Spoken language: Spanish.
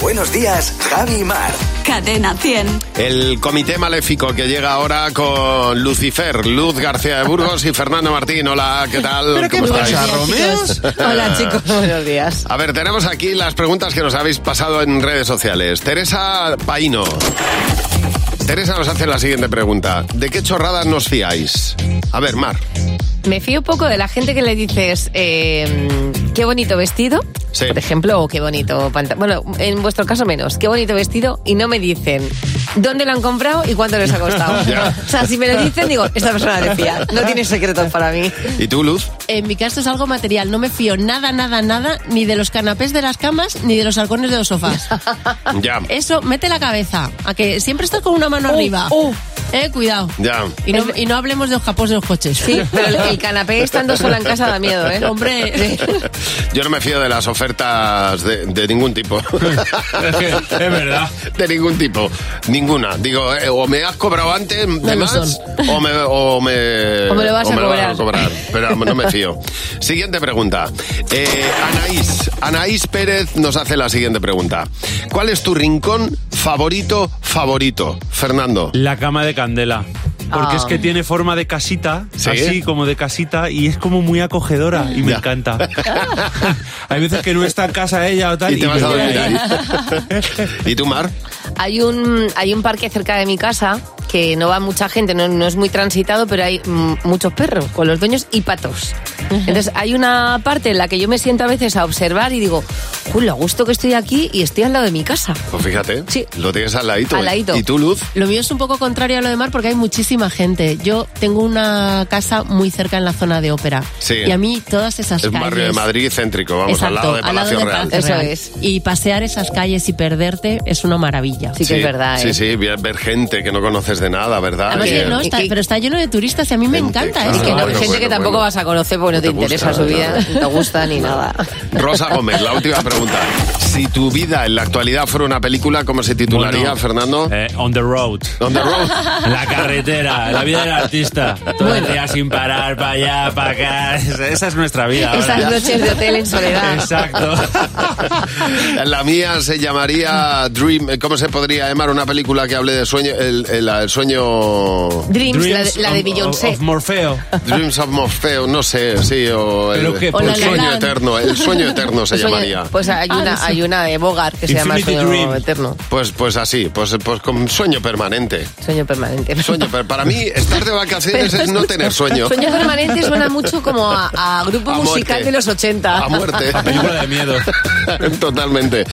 Buenos días, Javi y Mar. Cadena 100. El comité maléfico que llega ahora con Lucifer, Luz García de Burgos y Fernando Martín. Hola, ¿qué tal? ¿Pero qué pasa, Ah. Romeos? Hola chicos, buenos días. A ver, tenemos aquí las preguntas que nos habéis pasado en redes sociales. Teresa Paino. Teresa nos hace la siguiente pregunta. ¿De qué chorradas nos fiáis? A ver, Mar. Me fío un poco de la gente que le dices, eh, qué bonito vestido, Sí. por ejemplo, o qué bonito pantalón. Bueno, en vuestro caso menos, qué bonito vestido, y no me dicen dónde lo han comprado y cuánto les ha costado. Ya. O sea, si me lo dicen, digo, esta persona decía, no tiene secretos para mí. ¿Y tú, Luz? En mi caso es algo material, no me fío nada, nada, nada, ni de los canapés de las camas, ni de los halcones de los sofás. Ah, Ya. eh, Eso, mete la cabeza, a que siempre estás con una Uh, mano arriba. Eh, cuidado. Ya. Y no, y no hablemos de los capós de los coches. Sí, pero el, el canapé estando sola en casa da miedo, ¿eh? Hombre. Yo no me fío de las ofertas de, de ningún tipo. Es que es verdad. De ningún tipo. Ninguna. Digo, eh, o me has cobrado antes de lo más, son. o me, o me, O me lo vas a van cobrar. Pero no me fío. Siguiente pregunta. Eh, Anaís. Anaís Pérez nos hace la siguiente pregunta. ¿Cuál es tu rincón favorito, favorito? Fernando. La cama de Candela. Porque Ah. es que tiene forma de casita, ¿Sí? así como de casita, y es como muy acogedora y me Ya. encanta. Hay veces que no está en casa ella o tal. Y te vas me a voy dormir ahí. ahí. ¿Y tú, Mar? Hay un, hay un parque cerca de mi casa que no va mucha gente, no, no es muy transitado, pero hay mm, muchos perros con los dueños y patos. Entonces hay una parte en la que yo me siento a veces a observar y digo, "Jul, lo a gusto que estoy aquí y estoy al lado de mi casa. Pues fíjate. Sí. Lo tienes al ladito. Al ladito. ¿Y tú, Luz? Lo mío es un poco contrario a lo de Mar porque hay muchísima gente. Yo tengo una casa muy cerca en la zona de ópera. Sí. Y a mí todas esas Es un Pues calles... barrio de Madrid céntrico, vamos, Exacto, al lado de Palacio del Real. Palacio Eso Real. es. Y pasear esas calles y perderte es una maravilla. Sí, que es verdad, Sí, ¿eh? sí, ver, ver gente que no conoces de nada, ¿verdad? Además, Que- que no, está- y- pero está lleno de turistas y a mí me Gente, encanta. ¿eh? claro. es Y que Ah, no, bueno, pues, gente bueno, que tampoco bueno. vas a conocer porque no te, No te interesa gusta, su vida, claro. no te gusta ni nada. Rosa Gómez, la última pregunta. Si tu vida en la actualidad fuera una película, ¿cómo se titularía, Bueno, Fernando? eh, on the road. On the road. La carretera, la vida del artista. Todo el día sin parar, para allá, para acá. Esa esa es nuestra vida. ahora. Esas noches de hotel en soledad. Exacto. La mía se llamaría Dream. eh, ¿Cómo se podría llamar una película que hable de sueño? El, el- el sueño. Dreams, la de- Dreams um, la de, of- Beyoncé. Of Morfeo. Dreams of Morfeo, no sé, sí, o el, Pero que- el O La La sueño Land. eterno. El sueño eterno se Sueño- llamaría. Pues hay Ah, una, no sé. hay una de Bogart que se Infinity llama Sueño Dream. Eterno. Pues, pues así, pues, pues con sueño permanente. Sueño permanente. Sueño, pero para mí estar de vacaciones es no tener sueño. Sueño permanente suena mucho como a, a grupo A musical muerte. de los 80. A muerte. La película de miedo. Totalmente.